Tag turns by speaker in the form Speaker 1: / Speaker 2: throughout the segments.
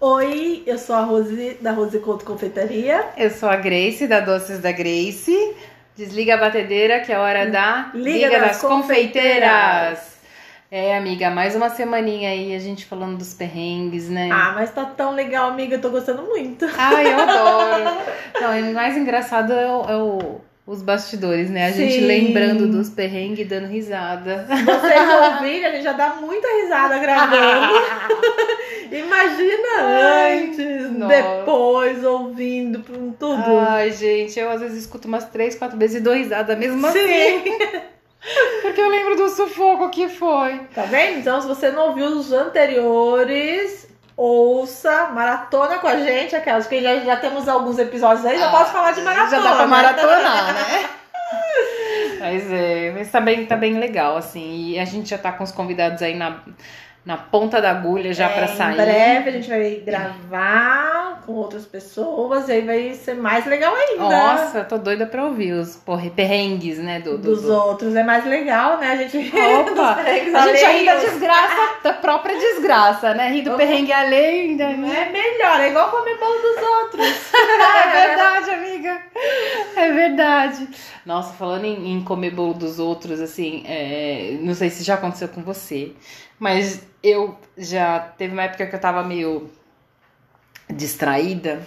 Speaker 1: Oi, eu sou a Rose da Rose Couto Confeitaria.
Speaker 2: Eu sou a Grace, da Doces da Grace. Desliga a batedeira que é hora da
Speaker 1: Hum, Liga das Confeiteiras.
Speaker 2: É, amiga, mais uma semaninha aí, a gente falando dos perrengues, né?
Speaker 1: Ah, mas tá tão legal, amiga, eu tô gostando muito.
Speaker 2: Ai, eu adoro. Não, e o mais engraçado é, o- é o- os bastidores, né? A gente
Speaker 1: Sim.
Speaker 2: lembrando dos perrengues e dando risada.
Speaker 1: Vocês ouvirem, a gente já dá muita risada gravando. Imagina
Speaker 2: Ai,
Speaker 1: antes,
Speaker 2: nossa. Ah,
Speaker 1: depois, ouvindo, um tudo.
Speaker 2: Ai, gente, eu às vezes escuto umas três, quatro vezes e dou risada mesmo assim.
Speaker 1: Sim,
Speaker 2: Porque eu lembro do sufoco que foi.
Speaker 1: tá vendo? Então, se você não ouviu os anteriores, ouça, maratona com a gente, aquelas que já, já temos alguns episódios aí, já
Speaker 2: Ah,
Speaker 1: posso falar de maratona.
Speaker 2: Já dá pra maratonar, né? Mas é, mas tá bem, tá bem legal, assim. E a gente já tá com os convidados aí na, na ponta da agulha já
Speaker 1: É,
Speaker 2: pra sair.
Speaker 1: Em breve a gente vai gravar com outras pessoas e aí vai ser mais legal ainda.
Speaker 2: Nossa, tô doida pra ouvir os porre- perrengues, né, do, do,
Speaker 1: Dos
Speaker 2: do...
Speaker 1: outros é mais legal, né? A gente
Speaker 2: Opa!
Speaker 1: dos perrengues
Speaker 2: A gente ri da
Speaker 1: alheios.
Speaker 2: desgraça, da própria desgraça, né? Ri do
Speaker 1: Opa.
Speaker 2: perrengue alheio ainda. né?
Speaker 1: É melhor, é igual comer bolo dos outros.
Speaker 2: É verdade, amiga. É verdade. Nossa, falando em, em comer bolo dos outros, assim, é, não sei se já aconteceu com você, mas eu já teve uma época que eu tava meio distraída.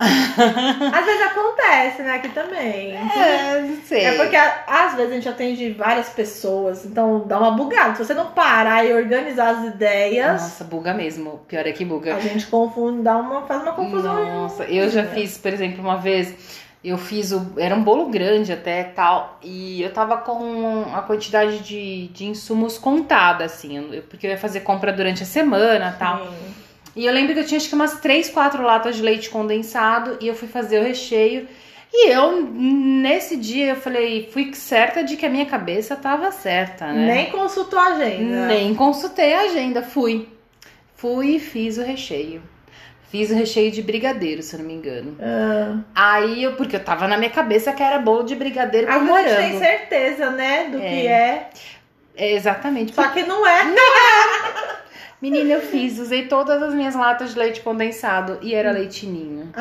Speaker 1: Às vezes acontece, né? Aqui também.
Speaker 2: É, não sei.
Speaker 1: É porque a- às vezes a gente atende várias pessoas, então dá uma bugada. Se você não parar e organizar as ideias,
Speaker 2: Nossa, buga mesmo. Pior é que buga.
Speaker 1: a gente confunde, dá uma, faz uma confusão.
Speaker 2: Nossa, eu já fiz, por exemplo, uma vez, eu fiz o. Era um bolo grande até tal, e eu tava com a quantidade de, de insumos contada, assim, eu- porque eu ia fazer compra durante a semana tal.
Speaker 1: Sim.
Speaker 2: E eu lembro que eu tinha acho que umas 3, 4 latas de leite condensado e eu fui fazer o recheio. E eu, nesse dia, eu falei, fui certa de que a minha cabeça tava certa, né?
Speaker 1: Nem consultou a agenda.
Speaker 2: Nem consultei a agenda, fui. Fui e fiz o recheio. Fiz o recheio de brigadeiro, se eu não me engano.
Speaker 1: Ah.
Speaker 2: Aí eu, porque eu tava na minha cabeça que era bolo de brigadeiro com
Speaker 1: Agora a gente tem
Speaker 2: morango.
Speaker 1: certeza, né, do
Speaker 2: É.
Speaker 1: que é.
Speaker 2: É, exatamente.
Speaker 1: Só que não é.
Speaker 2: Menina, eu fiz, usei todas as minhas latas de leite condensado e era leitinho.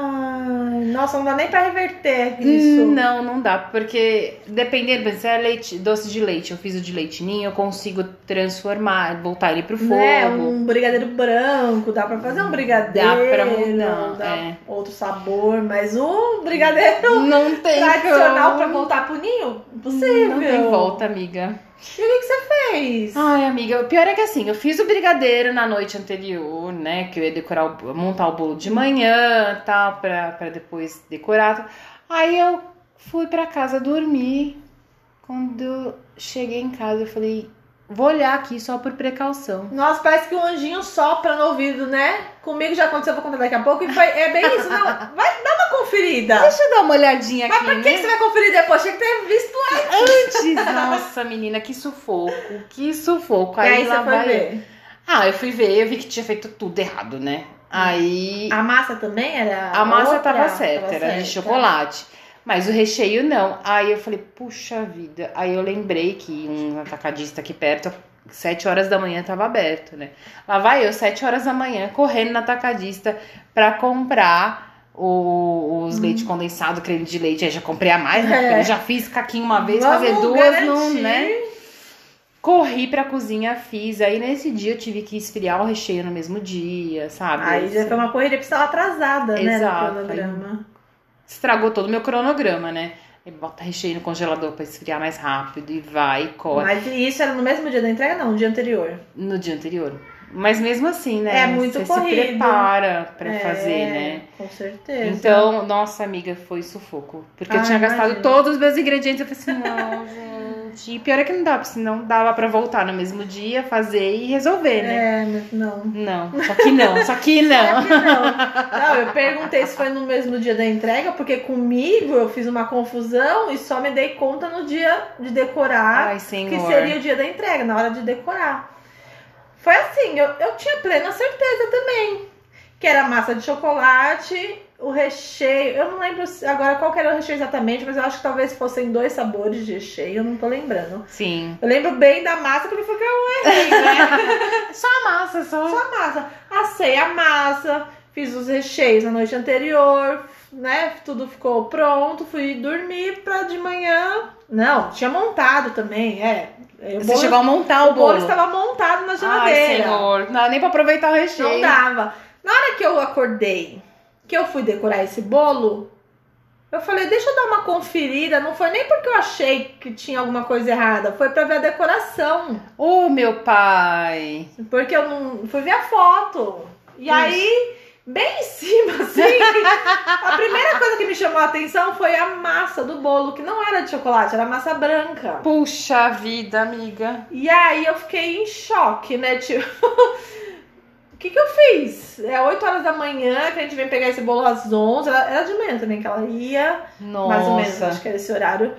Speaker 1: Ai, nossa, não dá nem pra reverter
Speaker 2: Hum,
Speaker 1: É isso.
Speaker 2: Não, não dá, porque dependendo, se é leite, doce de leite, eu fiz o de leite ninho, eu consigo transformar, voltar ele pro fogo.
Speaker 1: Né? Um brigadeiro branco, dá pra fazer um brigadeiro.
Speaker 2: Dá pra mudar,
Speaker 1: dá
Speaker 2: é.
Speaker 1: outro sabor, mas um brigadeiro
Speaker 2: Não tem
Speaker 1: tradicional pra
Speaker 2: como.
Speaker 1: voltar pro ninho? Impossível.
Speaker 2: Não tem volta, amiga.
Speaker 1: E o que, é que você fez?
Speaker 2: Ai, amiga, o pior é que assim, eu fiz o brigadeiro na noite anterior, né? Que eu ia decorar, o- montar o bolo de manhã tal, pra, pra depois decorar. Aí eu fui pra casa dormir. Quando eu cheguei em casa, eu falei, vou olhar aqui só por precaução.
Speaker 1: Nossa, parece que o anjinho sopra no ouvido, né? Comigo já aconteceu, vou contar daqui a pouco. E foi- é bem isso, não. Vai, dá uma conferida.
Speaker 2: Deixa eu dar uma olhadinha aqui,
Speaker 1: Mas pra que, que
Speaker 2: né?
Speaker 1: você vai conferir depois? Tinha que ter visto
Speaker 2: Antes, nossa, menina, que sufoco, que sufoco. Aí,
Speaker 1: E aí
Speaker 2: lá
Speaker 1: você foi
Speaker 2: vai eu.
Speaker 1: ver.
Speaker 2: Ah, eu fui ver, eu vi que tinha feito tudo errado, né? Aí
Speaker 1: A massa também era.
Speaker 2: a massa
Speaker 1: outra?
Speaker 2: tava certa, era de
Speaker 1: certa.
Speaker 2: chocolate. Mas o recheio não. Aí eu falei, puxa vida. Aí eu lembrei que um atacadista aqui perto, sete horas da manhã, tava aberto, né? Lá vai eu, sete horas da manhã, correndo na atacadista pra comprar o- os
Speaker 1: Hum.
Speaker 2: leite condensado, creme de leite. Aí já comprei a mais, né?
Speaker 1: É.
Speaker 2: Porque eu já fiz caquinho uma vez,
Speaker 1: Vamos
Speaker 2: fazer duas,
Speaker 1: garantir.
Speaker 2: não, né? Corri pra cozinha, fiz. Aí nesse dia eu tive que esfriar o recheio no mesmo dia, sabe?
Speaker 1: Aí já
Speaker 2: Assim.
Speaker 1: foi uma corrida porque estava atrasada,
Speaker 2: Exato.
Speaker 1: né? No cronograma.
Speaker 2: estragou todo o meu cronograma, né? E bota recheio no congelador pra esfriar mais rápido e vai e corre
Speaker 1: Mas isso era no mesmo dia da entrega, não, no dia anterior.
Speaker 2: no dia anterior. Mas mesmo assim, né?
Speaker 1: É muito
Speaker 2: Você se
Speaker 1: corrido.
Speaker 2: prepara pra
Speaker 1: É,
Speaker 2: fazer, né?
Speaker 1: Com certeza.
Speaker 2: Então, nossa amiga, foi sufoco. Porque eu
Speaker 1: Ah,
Speaker 2: tinha gastado
Speaker 1: imagino.
Speaker 2: todos os meus ingredientes. Eu falei assim, não, gente. E pior é que não dá, porque não dava pra voltar no mesmo dia, fazer e resolver, né?
Speaker 1: É, mas não.
Speaker 2: Não, só que não, só que
Speaker 1: Será
Speaker 2: não.
Speaker 1: que não. Não, eu perguntei se foi no mesmo dia da entrega, porque comigo eu fiz uma confusão e só me dei conta no dia de decorar
Speaker 2: Ai, senhor.
Speaker 1: que seria o dia da entrega, na hora de decorar. Foi assim, eu, eu tinha plena certeza também que era massa de chocolate, o recheio. Eu não lembro se- agora qual que era o recheio exatamente, mas eu acho que talvez fossem dois sabores de recheio, eu não tô lembrando.
Speaker 2: Sim.
Speaker 1: Eu lembro bem da massa, porque foi que eu errei, né?
Speaker 2: Só a massa, só.
Speaker 1: Só a massa. Aí assei a massa, fiz os recheios na noite anterior, né? Tudo ficou pronto, fui dormir pra de manhã. Não, tinha montado também, é. O
Speaker 2: Você
Speaker 1: bolo-
Speaker 2: chegou a montar o,
Speaker 1: o bolo
Speaker 2: bolo.
Speaker 1: estava montado na
Speaker 2: Ai,
Speaker 1: geladeira.
Speaker 2: senhor. Não dá nem pra aproveitar o recheio.
Speaker 1: Não dava. Na hora que eu acordei, que eu fui decorar esse bolo, eu falei, deixa eu dar uma conferida. Não foi nem porque eu achei que tinha alguma coisa errada, foi pra ver a decoração.
Speaker 2: Ô, meu pai.
Speaker 1: Porque eu não fui ver a foto. E
Speaker 2: Isso.
Speaker 1: aí, bem em cima, assim, a primeira coisa que me chamou a atenção foi a massa do bolo, que não era de chocolate, era massa branca.
Speaker 2: Puxa vida, amiga.
Speaker 1: E aí eu fiquei em choque, né? Tipo, o que que eu fiz? É 8 horas da manhã que a gente vem pegar esse bolo às 11. Era, era de manhã também que ela ia,
Speaker 2: Nossa.
Speaker 1: mais ou menos, acho que era esse horário.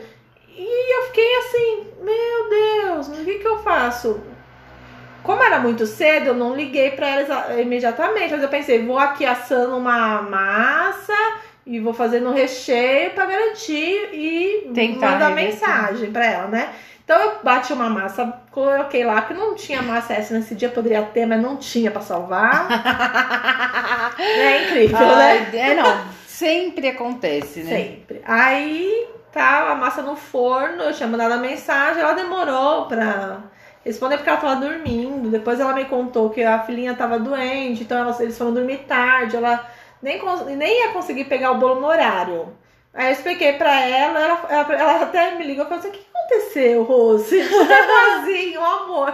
Speaker 1: E eu fiquei assim, meu Deus, o que que eu faço? Como era muito cedo, eu não liguei pra ela exa- imediatamente, mas eu pensei, vou aqui assando uma massa e vou fazendo um recheio pra garantir e
Speaker 2: Tentar né?
Speaker 1: mandar
Speaker 2: reverter.
Speaker 1: mensagem pra ela, né? Então eu bati uma massa, coloquei lá, que não tinha massa essa nesse dia, poderia ter, mas não tinha pra salvar. é incrível, né?
Speaker 2: Ai, é, não. Sempre acontece, né?
Speaker 1: Sempre. Aí tá a massa no forno, eu tinha mandado a mensagem, ela demorou pra responder porque ela tava dormindo. Depois ela me contou que a filhinha tava doente, então elas- eles foram dormir tarde, ela nem, cons- nem ia conseguir pegar o bolo no horário. Aí eu expliquei pra ela, ela, ela- ela até me ligou e falou assim: o que aconteceu, Rose?
Speaker 2: um
Speaker 1: Nervosinho, amor.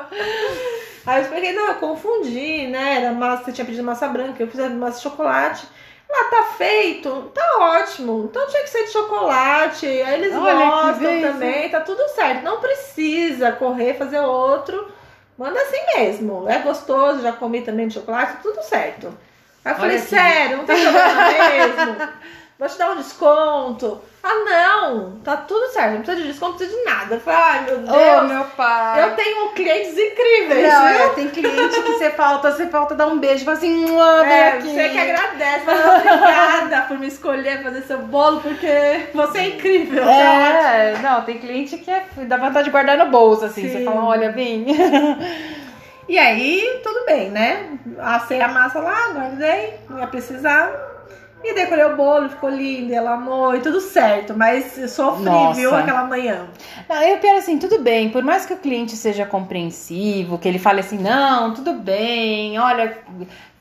Speaker 1: Aí eu expliquei, não, eu confundi, né? Era massa, você tinha pedido massa branca, eu fiz a massa de chocolate. Lá tá feito, tá ótimo. Então tinha que ser de chocolate. Aí eles
Speaker 2: Olha que
Speaker 1: gostam
Speaker 2: beleza.
Speaker 1: também, tá tudo certo. Não precisa correr, fazer outro. Manda assim mesmo. É gostoso, já comi também de chocolate, tá tudo certo. Aí eu
Speaker 2: Olha
Speaker 1: falei,
Speaker 2: que-
Speaker 1: sério, não tem problema mesmo. Vou te dar um desconto. Ah, não, tá tudo certo, não precisa de desconto, não precisa de nada. Eu falei, ai meu
Speaker 2: Ô,
Speaker 1: Deus,
Speaker 2: meu pai.
Speaker 1: eu tenho clientes incríveis,
Speaker 2: Não,
Speaker 1: viu?
Speaker 2: é, tem cliente que você falta, você falta dar um beijo, fala assim, "Mua, vem
Speaker 1: É,
Speaker 2: aqui.
Speaker 1: você que agradece, mas obrigada por me escolher fazer seu bolo, porque você é incrível. você é ótimo.
Speaker 2: É, não, tem cliente que é, dá vontade de guardar no bolso, assim, você
Speaker 1: Sim.
Speaker 2: fala, olha, vem.
Speaker 1: E aí, tudo bem, né? Assei a massa lá, guardei, não ia precisar. E decorei o bolo, ficou lindo, ela amou e tudo certo. Mas eu sofri,
Speaker 2: Nossa.
Speaker 1: viu, aquela manhã.
Speaker 2: Não, eu pior assim, tudo bem, por mais que o cliente seja compreensivo, que ele fale assim, não, tudo bem, olha,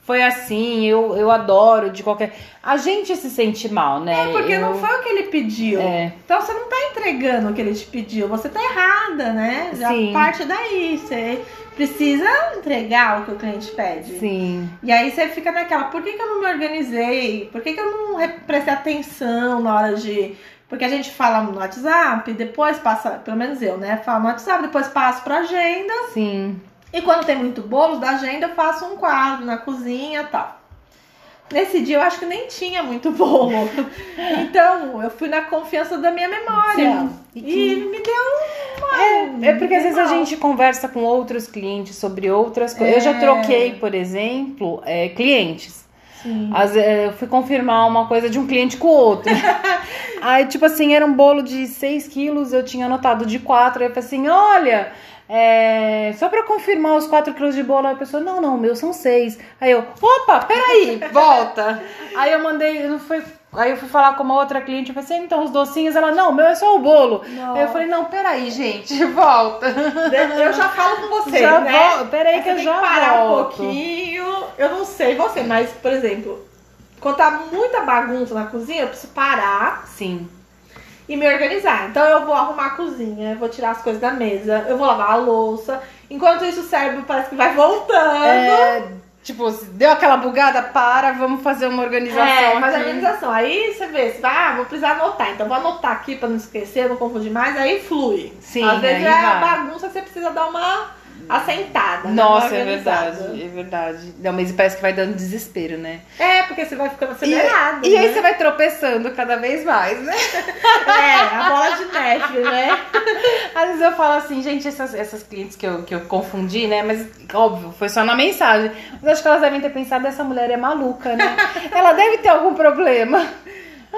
Speaker 2: foi assim, eu, eu adoro de qualquer. A gente se sente mal, né?
Speaker 1: É porque
Speaker 2: eu...
Speaker 1: não foi o que ele pediu.
Speaker 2: É,
Speaker 1: Então você não tá entregando o que ele te pediu, você tá errada, né? Já
Speaker 2: Sim.
Speaker 1: parte daí, você precisa entregar o que o cliente pede.
Speaker 2: sim.
Speaker 1: E aí você fica naquela, por que, que eu não me organizei? Por que, que eu não re- prestei atenção na hora de. Porque a gente fala no WhatsApp, depois passa, pelo menos eu, né? Falo no WhatsApp, depois passo pra agenda.
Speaker 2: Sim.
Speaker 1: E quando tem muito bolo da agenda, eu faço um quadro na cozinha e tal. Nesse dia eu acho que nem tinha muito bolo. então, eu fui na confiança da minha memória.
Speaker 2: Sim.
Speaker 1: E, me deu um uma.
Speaker 2: É, é porque às vezes a
Speaker 1: mal.
Speaker 2: gente conversa com outros clientes sobre outras coisas. Eu já
Speaker 1: É.
Speaker 2: troquei, por exemplo, é, clientes.
Speaker 1: Sim.
Speaker 2: Às, é, eu fui confirmar uma coisa de um cliente com o outro. aí, tipo assim, era um bolo de 6 quilos, eu tinha anotado de 4. Aí eu falei assim: olha, é, só pra confirmar os 4 quilos de bolo. Aí a pessoa: não, não, o meu são 6. Aí eu: opa, peraí, volta. aí eu mandei, não foi. Aí eu fui falar com uma outra cliente, eu falei assim, então os docinhos, ela, não, o meu é só o bolo. Aí eu falei, não, peraí, gente, volta.
Speaker 1: "Né, Eu já falo com você,
Speaker 2: já
Speaker 1: né?
Speaker 2: volto. Peraí
Speaker 1: Aí
Speaker 2: que
Speaker 1: você
Speaker 2: eu
Speaker 1: tem
Speaker 2: já
Speaker 1: que parar um
Speaker 2: volto.
Speaker 1: pouquinho. Eu não sei você, mas, por exemplo, quando tá muita bagunça na cozinha, eu preciso parar
Speaker 2: Sim.
Speaker 1: e me organizar. Então eu vou arrumar a cozinha, eu vou tirar as coisas da mesa, eu vou lavar a louça. Enquanto isso, o cérebro parece que vai voltando.
Speaker 2: É, tipo, se deu aquela bugada, para, vamos fazer uma organização
Speaker 1: É, mas a
Speaker 2: aqui.
Speaker 1: organização. Aí você vê, você vai, ah, vou precisar anotar. Então vou anotar aqui pra não esquecer, não confundir mais, aí flui.
Speaker 2: Sim,
Speaker 1: Às vezes
Speaker 2: aí
Speaker 1: é a
Speaker 2: né, vai.
Speaker 1: bagunça, você precisa dar uma assentada. né?
Speaker 2: Nossa,
Speaker 1: Uma
Speaker 2: é
Speaker 1: organizada.
Speaker 2: verdade, é verdade. Não, mas parece que vai dando desespero, né?
Speaker 1: É, porque você vai ficando acelerado.
Speaker 2: E aí
Speaker 1: né?
Speaker 2: você vai tropeçando cada vez mais, né?
Speaker 1: É, a bola de neve, né?
Speaker 2: Às vezes eu falo assim, gente, essas, essas clientes que eu, que eu confundi, né? Mas, óbvio, foi só na mensagem. Mas acho que elas devem ter pensado, essa mulher é maluca, né? Ela deve ter algum problema.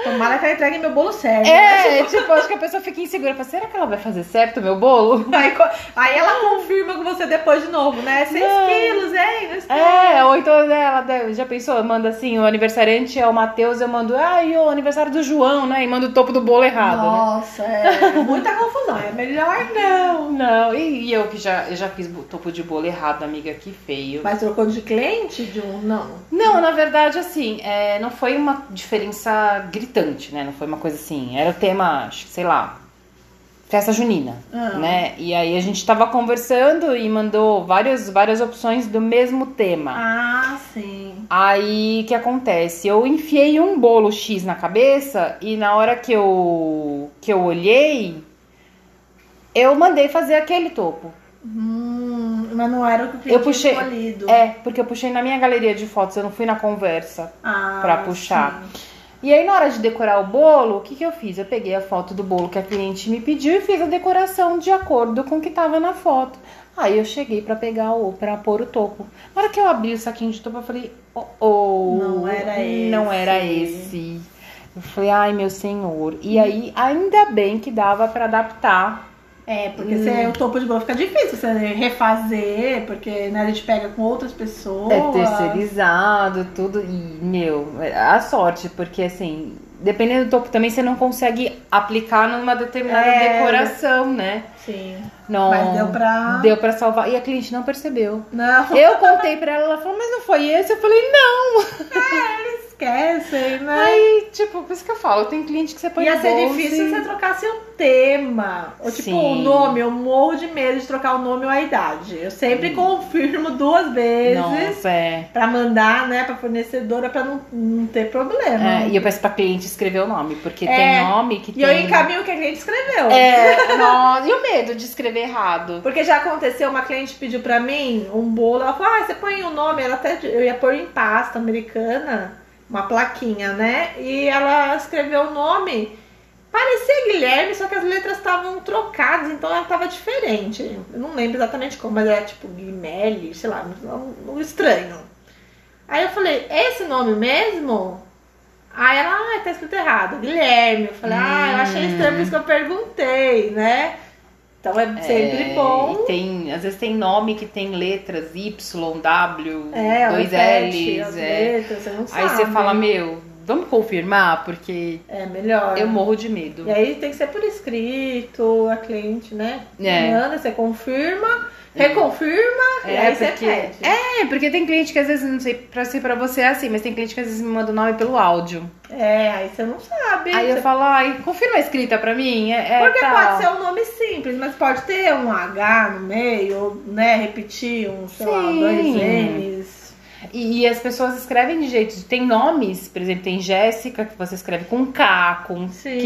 Speaker 1: Tomara que ela entregue meu bolo certo.
Speaker 2: É, tipo, acho que a pessoa fica insegura. Fala, será que ela vai fazer certo o meu bolo?
Speaker 1: Aí, co- aí ela confirma com você depois de novo, né? 6
Speaker 2: Não.
Speaker 1: quilos, hein? Não sei.
Speaker 2: É, ou então né, ela deve- já pensou, manda assim, o aniversariante é o Matheus, eu mando, ah, e o aniversário do João, né? E mando o topo do bolo errado, né?
Speaker 3: Nossa, é.
Speaker 1: Muita confusão. É melhor não.
Speaker 2: Não, não. E, e eu que já, eu já fiz bo- topo de bolo errado, amiga, que feio.
Speaker 1: Mas trocou de cliente de um? Não.
Speaker 2: Não, na verdade, assim, é, não foi uma diferença gritante, né? Não foi uma coisa assim. Era o tema, acho que, sei lá, festa junina,
Speaker 1: Ah.
Speaker 2: né? E aí a gente tava conversando e mandou várias, várias opções do mesmo tema.
Speaker 1: Ah, sim.
Speaker 2: Aí o que acontece? Eu enfiei um bolo X na cabeça e na hora que eu, que eu olhei, eu mandei fazer aquele topo.
Speaker 1: Hum, mas não era o que o cliente
Speaker 2: Eu puxei-
Speaker 1: tinha escolhido.
Speaker 2: É, porque eu puxei na minha galeria de fotos, eu não fui na conversa.
Speaker 1: Ah,
Speaker 2: pra puxar.
Speaker 1: sim.
Speaker 2: E aí, na hora de decorar o bolo, o que, que eu fiz? Eu peguei a foto do bolo que a cliente me pediu e fiz a decoração de acordo com o que tava na foto. Aí eu cheguei pra pegar o, pra pôr o topo. Na hora que eu abri o saquinho de topo, eu falei, oh, oh,
Speaker 1: Não era
Speaker 2: Não
Speaker 1: esse."
Speaker 2: era esse. Eu falei, ai meu senhor. E aí, ainda bem que dava pra adaptar.
Speaker 1: É, porque se
Speaker 2: Hum.
Speaker 1: o topo de bolo fica difícil você refazer, porque né, a gente pega com outras pessoas.
Speaker 2: É terceirizado, tudo. E, meu, a sorte, porque assim, dependendo do topo também, você não consegue aplicar numa determinada
Speaker 1: É.
Speaker 2: decoração, né?
Speaker 1: Sim.
Speaker 2: Não.
Speaker 1: Mas deu pra.
Speaker 2: Ah, Deu pra salvar. E a cliente não percebeu.
Speaker 1: Não,
Speaker 2: Eu contei pra ela, ela falou, mas não foi esse? Eu falei, não.
Speaker 1: esquece, né?
Speaker 2: Aí, tipo, por isso que eu falo, tem cliente que você põe
Speaker 1: Ia
Speaker 2: no
Speaker 1: ser
Speaker 2: bolso
Speaker 1: difícil
Speaker 2: e-
Speaker 1: se você trocasse o tema. Ou tipo, o
Speaker 2: Sim.
Speaker 1: nome. Eu morro de medo de trocar o nome ou a idade. Eu sempre confirmo duas vezes.
Speaker 2: Hum. Nossa, é.
Speaker 1: Pra mandar, né, pra fornecedora, pra não, não ter problema.
Speaker 2: É, E eu peço pra cliente escrever o nome, porque
Speaker 1: Uhum. É.
Speaker 2: tem nome que
Speaker 1: E
Speaker 2: tem...
Speaker 1: eu encaminho o que a cliente escreveu.
Speaker 2: É, nossa, e o medo de escrever errado?
Speaker 1: Porque já aconteceu, uma cliente pediu pra mim um bolo, ela falou, ah, você põe o nome, ela até, eu ia pôr em pasta americana, uma plaquinha, né, e ela escreveu o nome, parecia Guilherme, só que as letras estavam trocadas, então ela tava diferente, eu não lembro exatamente como, mas era tipo Guimele, sei lá, um, um estranho. Aí eu falei, esse nome mesmo? Aí ela, ah, tá escrito errado, Guilherme, eu falei, ah, eu achei estranho, por isso que eu perguntei, né, então é sempre
Speaker 2: É,
Speaker 1: bom
Speaker 2: e tem, às vezes tem nome que tem letras Y, W,
Speaker 1: É,
Speaker 2: dois
Speaker 1: repete as
Speaker 2: L's. É.
Speaker 1: letras, você não
Speaker 2: Aí
Speaker 1: sabe.
Speaker 2: você fala, meu, vamos confirmar, porque
Speaker 1: É melhor.
Speaker 2: eu morro de medo.
Speaker 1: E aí tem que ser por escrito, a cliente, né?
Speaker 2: É.
Speaker 1: Manda, você confirma, reconfirma, e
Speaker 2: É,
Speaker 1: aí você
Speaker 2: porque-
Speaker 1: pede.
Speaker 2: É, porque tem cliente que às vezes, não sei pra ser pra você é assim, mas tem cliente que às vezes me manda o nome pelo áudio.
Speaker 1: É, aí você não sabe.
Speaker 2: Aí eu
Speaker 1: Você-
Speaker 2: falo, ai, confirma a escrita pra mim. É, é
Speaker 1: Porque
Speaker 2: tal.
Speaker 1: pode ser um nome simples, mas pode ter um H no meio, ou, né, repetir um, sei lá,
Speaker 2: Sim.
Speaker 1: dois N's.
Speaker 2: E, e as pessoas escrevem de jeito. Tem nomes, por exemplo, tem Jéssica, que você escreve com K, com
Speaker 1: Sim.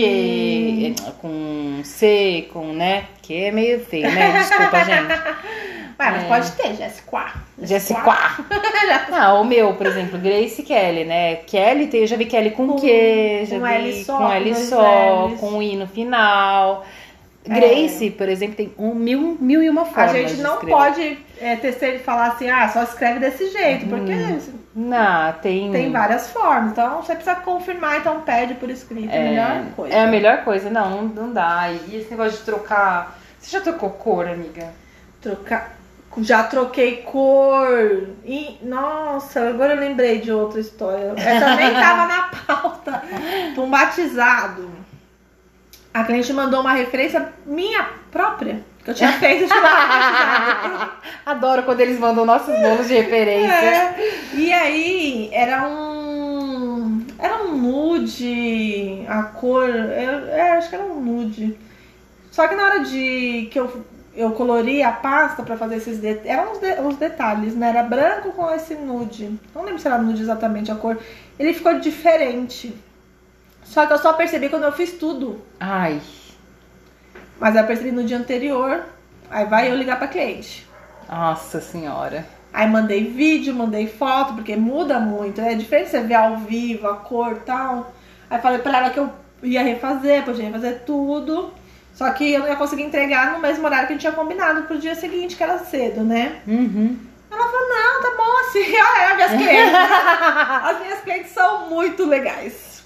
Speaker 2: Q, com C, com, né? Que é meio feio, né? Desculpa, gente.
Speaker 1: Ué, mas
Speaker 2: É.
Speaker 1: pode ter, Jéssica.
Speaker 2: Jéssica. Não, o meu, por exemplo, Grace Kelly, né? Kelly, tem- eu já vi Kelly com,
Speaker 1: Com-
Speaker 2: Q, já
Speaker 1: com
Speaker 2: vi
Speaker 1: L só,
Speaker 2: com
Speaker 1: com
Speaker 2: L
Speaker 1: dois
Speaker 2: só,
Speaker 1: Ls.
Speaker 2: com um I no final.
Speaker 1: É.
Speaker 2: Grace, por exemplo, tem um, mil, mil e uma
Speaker 1: A
Speaker 2: formas
Speaker 1: gente
Speaker 2: de
Speaker 1: não
Speaker 2: escrever.
Speaker 1: pode é, ter, falar assim, ah, só escreve desse jeito, porque
Speaker 2: Uhum. Não, tem... É
Speaker 1: Tem várias formas, então você precisa confirmar, então pede por escrito, é a melhor coisa.
Speaker 2: É a melhor coisa. Não, não dá. E esse negócio de trocar... Você já trocou cor, amiga?
Speaker 1: Trocar. Já troquei cor. E, nossa, agora eu lembrei de outra história. Essa nem tava na pauta. Pra um batizado. A cliente mandou uma referência minha própria, que eu tinha feito de um batizado.
Speaker 2: Adoro quando eles mandam nossos bolos de referência.
Speaker 1: É. E aí, era um. Era um nude, a cor. eu- é, acho que era um nude. Só que na hora de que eu, eu colori a pasta pra fazer esses detalhes. Eram uns, de- uns detalhes, né? Era branco com esse nude. Não lembro se era nude exatamente a cor. Ele ficou diferente. Só que eu só percebi quando eu fiz tudo.
Speaker 2: Ai,
Speaker 1: Mas eu percebi no dia anterior. Aí vai eu ligar pra cliente.
Speaker 2: nossa senhora.
Speaker 1: Aí mandei vídeo, mandei foto, porque muda muito, né? É diferente você ver ao vivo a cor e tal. Aí falei pra ela que eu ia refazer, podia refazer tudo. Só que eu não ia conseguir entregar no mesmo horário que a gente tinha combinado pro dia seguinte, que era cedo, né?
Speaker 2: Uhum.
Speaker 1: Não, tá bom assim. Olha, as minhas clientes. As minhas clientes são muito legais.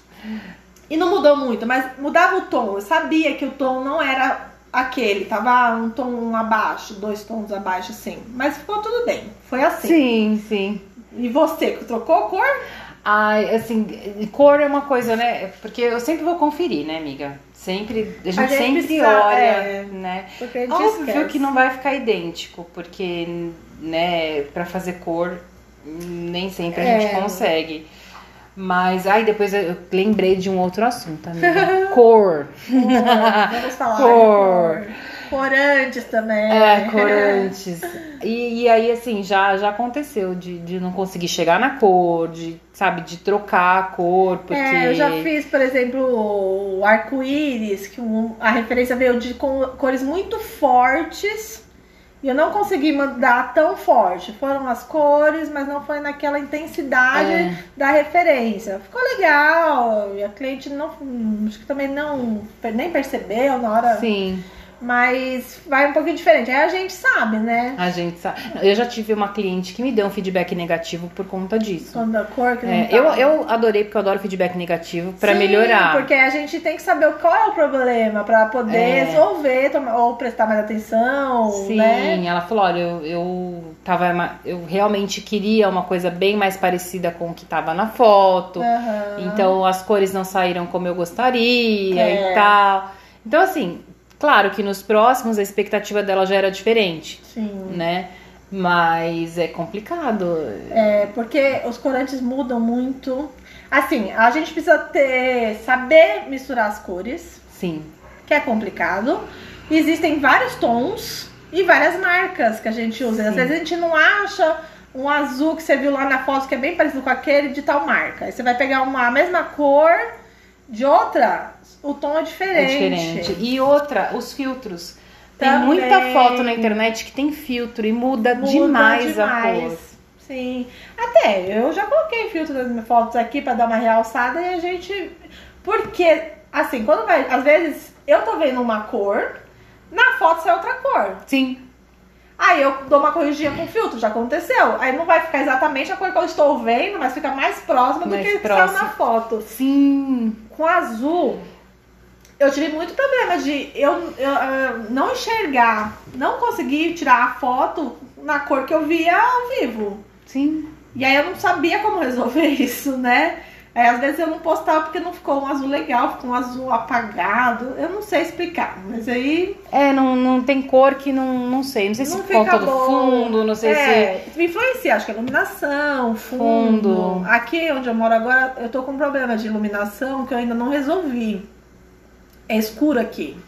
Speaker 1: E não mudou muito, mas mudava o tom. Eu sabia que o tom não era aquele, tava um tom abaixo, dois tons abaixo, assim. Mas ficou tudo bem. Foi assim.
Speaker 2: Sim, sim.
Speaker 1: E você, que trocou a cor?
Speaker 2: Ai, assim, cor é uma coisa, né? Porque eu sempre vou conferir, né, amiga? Sempre, a gente,
Speaker 1: gente
Speaker 2: sempre
Speaker 1: precisa-
Speaker 2: olha,
Speaker 1: é.
Speaker 2: né?
Speaker 1: Porque a gente
Speaker 2: Óbvio
Speaker 1: esquece.
Speaker 2: que não vai ficar idêntico, porque, né, pra fazer cor, nem sempre a gente
Speaker 1: É.
Speaker 2: consegue. Mas, ai, depois eu lembrei de um outro assunto, amiga. Cor.
Speaker 1: Vamos falar. de
Speaker 2: Cor.
Speaker 1: cor. Corantes também.
Speaker 2: É, corantes. E, e aí, assim, já, já aconteceu de, de não conseguir chegar na cor, de, sabe, de trocar a cor, porque...
Speaker 1: É, eu já fiz, por exemplo, o arco-íris, que um- a referência veio de co- cores muito fortes. E eu não consegui mandar tão forte. Foram as cores, mas não foi naquela intensidade
Speaker 2: É.
Speaker 1: da referência. Ficou legal. E a cliente não. Acho que também não. Nem percebeu na hora.
Speaker 2: Sim,
Speaker 1: Mas vai um pouquinho diferente. Aí a gente sabe, né?
Speaker 2: a gente sabe. Eu já tive uma cliente que me deu um feedback negativo por conta disso.
Speaker 1: Quando a cor que não
Speaker 2: É,
Speaker 1: tá.
Speaker 2: eu, eu adorei, porque eu adoro feedback negativo pra
Speaker 1: Sim,
Speaker 2: melhorar.
Speaker 1: Porque a gente tem que saber qual é o problema pra poder
Speaker 2: É.
Speaker 1: resolver tomar- ou prestar mais atenção,
Speaker 2: Sim,
Speaker 1: né?
Speaker 2: ela falou: olha, eu, eu, tava, ma- eu realmente queria uma coisa bem mais parecida com o que tava na foto.
Speaker 1: Aham.
Speaker 2: Então as cores não saíram como eu gostaria
Speaker 1: É.
Speaker 2: e tal. Então, assim, claro que nos próximos a expectativa dela já era diferente,
Speaker 1: Sim.
Speaker 2: né? Mas é complicado.
Speaker 1: É, porque os corantes mudam muito. Assim, a gente precisa ter saber misturar as cores,
Speaker 2: Sim.
Speaker 1: que é complicado. Existem vários tons e várias marcas que a gente usa. Às
Speaker 2: Sim.
Speaker 1: vezes a gente não acha um azul que você viu lá na foto que é bem parecido com aquele de tal marca. Aí você vai pegar uma a mesma cor de outra, o tom é
Speaker 2: É
Speaker 1: diferente.
Speaker 2: diferente. E outra, os filtros. Tem
Speaker 1: Também.
Speaker 2: muita foto na internet que tem filtro e muda,
Speaker 1: Muda
Speaker 2: demais, a
Speaker 1: demais.
Speaker 2: cor.
Speaker 1: Sim. Até eu já coloquei filtro nas minhas fotos aqui pra dar uma realçada e a gente. Porque, assim, quando vai. Às vezes eu tô vendo uma cor, na foto sai outra cor.
Speaker 2: Sim,
Speaker 1: Aí eu dou uma corrigida com o filtro, já aconteceu. Aí não vai ficar exatamente a cor que eu estou vendo, mas fica mais próxima do
Speaker 2: Mais
Speaker 1: que
Speaker 2: próximo.
Speaker 1: saiu na foto.
Speaker 2: sim.
Speaker 1: Com azul, eu tive muito problema de eu, eu, ah, não enxergar, não conseguir tirar a foto na cor que eu via ao vivo.
Speaker 2: Sim.
Speaker 1: E aí eu não sabia como resolver isso, né? Aí às vezes eu não postava porque não ficou um azul legal, ficou um azul apagado. Eu não sei explicar, mas aí.
Speaker 2: É, não, não tem cor que não, não sei. Não sei
Speaker 1: Não
Speaker 2: se por conta
Speaker 1: fica
Speaker 2: do
Speaker 1: bom.
Speaker 2: fundo, não sei se.
Speaker 1: é, influencia, acho que a iluminação, fundo.
Speaker 2: Fundo.
Speaker 1: Aqui onde eu moro agora, eu tô com um problema de iluminação que eu ainda não resolvi. É escuro aqui.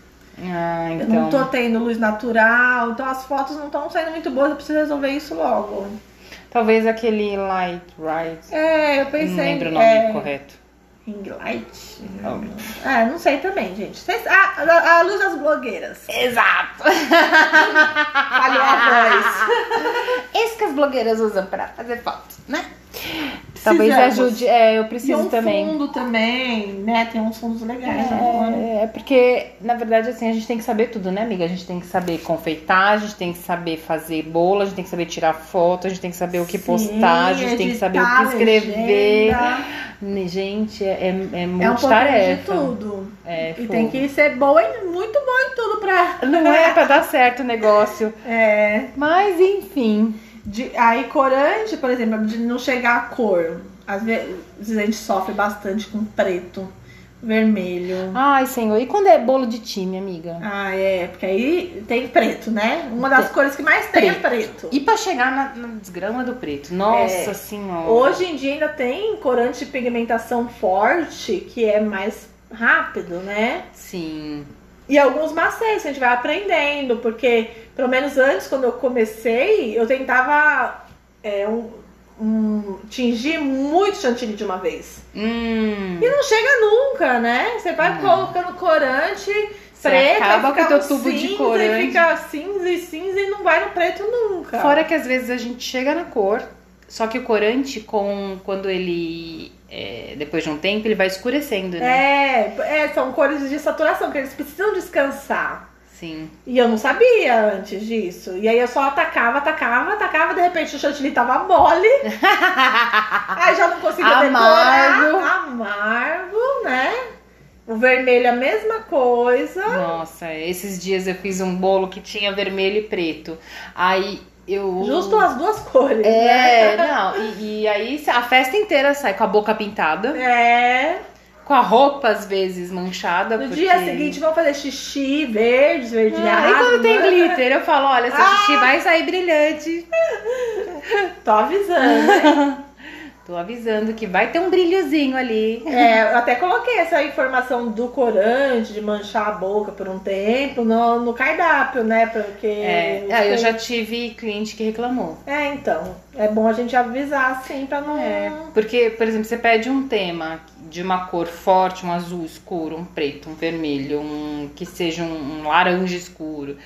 Speaker 2: Ah,
Speaker 1: Eu
Speaker 2: então.
Speaker 1: não tô tendo luz natural, então as fotos não estão saindo muito boas, eu preciso resolver isso logo.
Speaker 2: Talvez aquele light right.
Speaker 1: É, eu pensei.
Speaker 2: não lembro o nome Oh.
Speaker 1: é,
Speaker 2: correto.
Speaker 1: Ring light? Ah, não sei também, gente. Vocês- Ah, a, a luz das blogueiras.
Speaker 2: Exato!
Speaker 1: Falhou a voz.
Speaker 2: Esse que as blogueiras usam pra fazer foto, né? Talvez
Speaker 1: Precisamos.
Speaker 2: ajude. É, eu
Speaker 1: E
Speaker 2: preciso
Speaker 1: um
Speaker 2: também.
Speaker 1: fundo também, né? Tem uns fundos legais. né?
Speaker 2: É, é porque, na verdade, assim, a gente tem que saber tudo, né, amiga? A gente tem que saber confeitar, a gente tem que saber fazer bolo, a gente tem que saber tirar foto, a gente tem que saber o que
Speaker 1: Sim,
Speaker 2: postar, a gente tem que saber o que
Speaker 1: editar,
Speaker 2: escrever.
Speaker 1: legenda.
Speaker 2: Né, Gente, é, é, é
Speaker 1: É um pouquinho de
Speaker 2: multitarefa.
Speaker 1: tudo.
Speaker 2: É,
Speaker 1: e
Speaker 2: fogo.
Speaker 1: tem que ser boa em, muito boa em tudo pra...
Speaker 2: Não é pra dar certo o negócio.
Speaker 1: É,
Speaker 2: Mas, enfim.
Speaker 1: de, aí corante, por exemplo, de não chegar a cor. Às vezes a gente sofre bastante com preto, vermelho.
Speaker 2: Ai, senhor. E quando é bolo de time, amiga?
Speaker 1: Ah, é, porque aí tem preto, né? Uma das cores que mais tem é preto.
Speaker 2: E pra chegar na, na desgrama do preto? Nossa
Speaker 1: É.
Speaker 2: senhora.
Speaker 1: Hoje em dia ainda tem corante de pigmentação forte, que é mais rápido, né?
Speaker 2: Sim.
Speaker 1: E alguns macetes que a gente vai aprendendo, porque pelo menos antes, quando eu comecei, eu tentava é, um- um- tingir muito chantilly de uma vez.
Speaker 2: Hum.
Speaker 1: E não chega nunca, né? Você vai
Speaker 2: Hum.
Speaker 1: colocando corante
Speaker 2: Você
Speaker 1: preto, aí
Speaker 2: acaba com
Speaker 1: fica um
Speaker 2: o teu tubo de
Speaker 1: cinza,
Speaker 2: corante.
Speaker 1: E fica cinza e cinza e não vai no preto nunca.
Speaker 2: Fora que às vezes a gente chega na cor, só que o corante, com, quando ele. é, depois de um tempo, ele vai escurecendo, né?
Speaker 1: é, é, são cores de saturação, que eles precisam descansar.
Speaker 2: Sim.
Speaker 1: E eu não sabia antes disso. E aí eu só atacava, atacava, atacava, de repente o chantilly tava mole, aí já não conseguia
Speaker 2: Amargo.
Speaker 1: decorar. Amargo, né? vermelho a mesma coisa.
Speaker 2: Nossa, esses dias eu fiz um bolo que tinha vermelho e preto. Aí eu.
Speaker 1: Justo as duas cores.
Speaker 2: Uh. É,
Speaker 1: né?
Speaker 2: não. E, e aí a festa inteira sai com a boca pintada,
Speaker 1: É.
Speaker 2: com a roupa às vezes manchada.
Speaker 1: No
Speaker 2: porque-
Speaker 1: dia seguinte vão fazer xixi verde, esverdeado.
Speaker 2: Ah, e quando tem
Speaker 1: né? Ah!
Speaker 2: glitter, eu falo, olha, essa xixi vai sair brilhante.
Speaker 1: Tô avisando.
Speaker 2: Tô avisando que vai ter um brilhozinho ali.
Speaker 1: É, eu até coloquei essa informação do corante, de manchar a boca por um tempo, no, no cardápio, né? Porque.
Speaker 2: É,
Speaker 1: os
Speaker 2: ah, eu
Speaker 1: clientes-
Speaker 2: já tive cliente que reclamou.
Speaker 1: É, então. É bom a gente avisar, assim, pra não.
Speaker 2: É, porque, por exemplo, você pede um tema de uma cor forte, um azul escuro, um preto, um vermelho, um que seja um, um laranja escuro,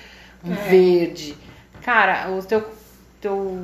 Speaker 2: um
Speaker 1: É.
Speaker 2: verde. Cara, o teu, teu-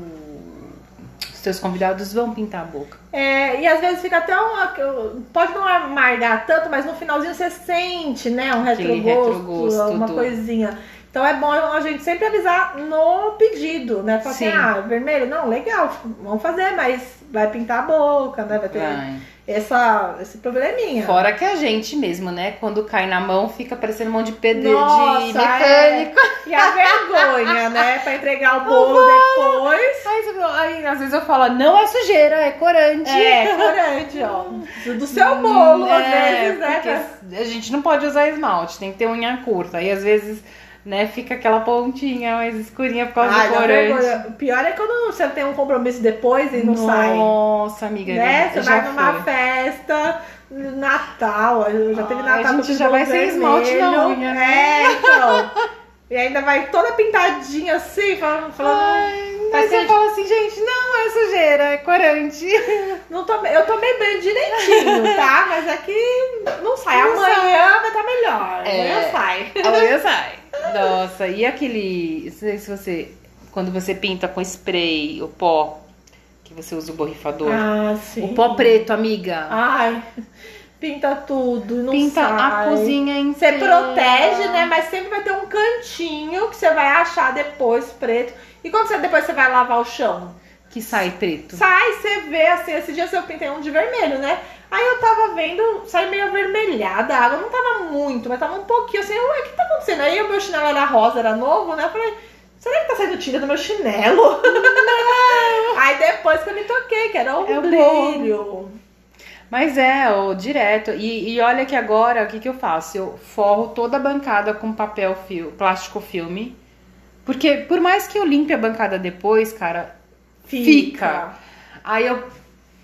Speaker 2: os teus convidados vão pintar a boca.
Speaker 1: É, e às vezes fica até um. Pode não amargar tanto, mas no finalzinho você sente, né? Um
Speaker 2: Aquele
Speaker 1: retrogosto,
Speaker 2: retrogosto
Speaker 1: alguma
Speaker 2: do-
Speaker 1: coisinha. Então é bom a gente sempre avisar no pedido, né? Falar assim,
Speaker 2: Sim.
Speaker 1: ah, vermelho, não, legal, vamos fazer, mas vai pintar a boca, né? Vai ter
Speaker 2: Vai.
Speaker 1: essa, esse probleminha.
Speaker 2: Fora que a gente mesmo, né? Quando cai na mão, fica parecendo um monte de pedreiro
Speaker 1: Nossa,
Speaker 2: de mecânico.
Speaker 1: E a vergonha, né? Pra entregar o bolo depois.
Speaker 2: Aí, você- aí, às vezes eu falo, não é sujeira, é corante.
Speaker 1: É, corante, ó. Do- Do seu bolo, às
Speaker 2: É,
Speaker 1: vezes, né?
Speaker 2: porque A gente não pode usar esmalte, tem que ter unha curta. Aí às vezes, né, fica aquela pontinha mais escurinha por causa
Speaker 1: Ai,
Speaker 2: do
Speaker 1: Ah, dá
Speaker 2: corante.
Speaker 1: vergonha. O pior é quando você tem um compromisso depois e não sai.
Speaker 2: Nossa, amiga,
Speaker 1: Né?
Speaker 2: já-
Speaker 1: Você
Speaker 2: já
Speaker 1: vai numa
Speaker 2: foi.
Speaker 1: festa, Natal, já teve
Speaker 2: Ai,
Speaker 1: Natal com
Speaker 2: a gente
Speaker 1: tudo
Speaker 2: já vai sem esmalte na
Speaker 1: vermelho.
Speaker 2: unha,
Speaker 1: É, então. e ainda vai toda pintadinha assim, falando, falando
Speaker 2: Ai,
Speaker 1: Vai
Speaker 2: mas
Speaker 1: ser-
Speaker 2: eu falo assim, gente, não é sujeira, é corante.
Speaker 1: Não tomei, eu tomei banho direitinho, tá? Mas aqui não sai.
Speaker 2: Não
Speaker 1: Amanhã vai estar melhor.
Speaker 2: É.
Speaker 1: Amanhã sai.
Speaker 2: Amanhã sai. Nossa, e aquele. Não sei se você. Quando você pinta com spray, o pó, que você usa o borrifador.
Speaker 1: Ah, sim.
Speaker 2: o pó preto, amiga.
Speaker 1: Ai, pinta tudo, não
Speaker 2: pinta
Speaker 1: sai.
Speaker 2: a cozinha
Speaker 1: Você
Speaker 2: inteira.
Speaker 1: protege, né? Mas sempre vai ter um cantinho que você vai achar depois preto. E quando você depois você vai lavar o chão?
Speaker 2: Que sai preto.
Speaker 1: Sai, você vê assim, esse dia eu pintei um de vermelho, né? Aí eu tava vendo, saiu meio avermelhada, a água não tava muito, mas tava um pouquinho assim, ué, o que tá acontecendo? Aí o meu chinelo era rosa, era novo, né? Eu falei, será que tá saindo tira do meu chinelo? Aí depois que eu me toquei, que era o
Speaker 2: É o
Speaker 1: brilho.
Speaker 2: Mas é, o direto. E, e olha que agora, o que, que eu faço? Eu forro toda a bancada com papel fio, plástico filme. Porque por mais que eu limpe a bancada depois, cara, Fica. aí eu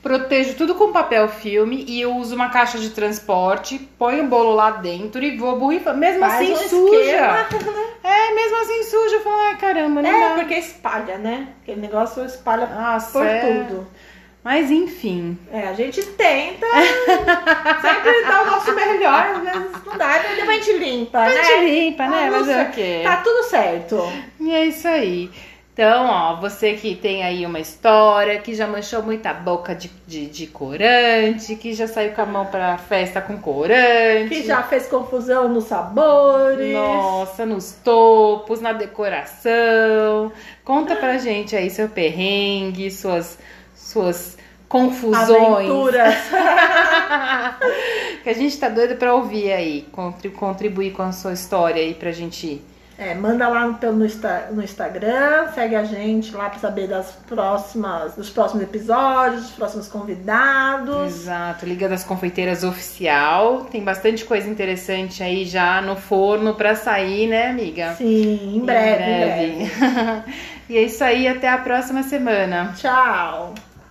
Speaker 2: protejo tudo com papel filme e eu uso uma caixa de transporte, ponho o bolo lá dentro e vou borrifando. Mesmo
Speaker 1: Faz
Speaker 2: assim
Speaker 1: um
Speaker 2: suja.
Speaker 1: esquema.
Speaker 2: É, mesmo assim suja. Eu falo, ai caramba, não
Speaker 1: É,
Speaker 2: dá.
Speaker 1: porque espalha, né? Aquele negócio espalha
Speaker 2: Nossa,
Speaker 1: por
Speaker 2: é.
Speaker 1: tudo.
Speaker 2: Mas enfim.
Speaker 1: É, a gente tenta sempre dar o nosso melhor, às vezes não dá, mas depois a gente limpa,
Speaker 2: A
Speaker 1: né?
Speaker 2: gente limpa, né?
Speaker 1: Ah,
Speaker 2: Mas é
Speaker 1: nossa,
Speaker 2: o quê?
Speaker 1: Tá tudo certo.
Speaker 2: E é isso aí. Então, ó, você que tem aí uma história, que já manchou muita boca de, de, de corante, que já saiu com a mão pra festa com corante.
Speaker 1: Que já fez confusão nos sabores.
Speaker 2: Nossa, nos topos, na decoração. Conta
Speaker 1: Ah.
Speaker 2: pra gente aí seu perrengue, suas, suas confusões.
Speaker 1: Aventuras.
Speaker 2: que a gente tá doido pra ouvir aí, contri- contribuir com a sua história aí pra gente.
Speaker 1: É, manda lá no, pelo- no Insta- no Instagram, segue a gente lá pra saber das próximas, dos próximos episódios, dos próximos convidados.
Speaker 2: Exato, Liga das Confeiteiras oficial. Tem bastante coisa interessante aí já no forno pra sair, né, amiga?
Speaker 1: Sim, em breve, em breve.
Speaker 2: e é isso aí, até a próxima semana.
Speaker 1: Tchau.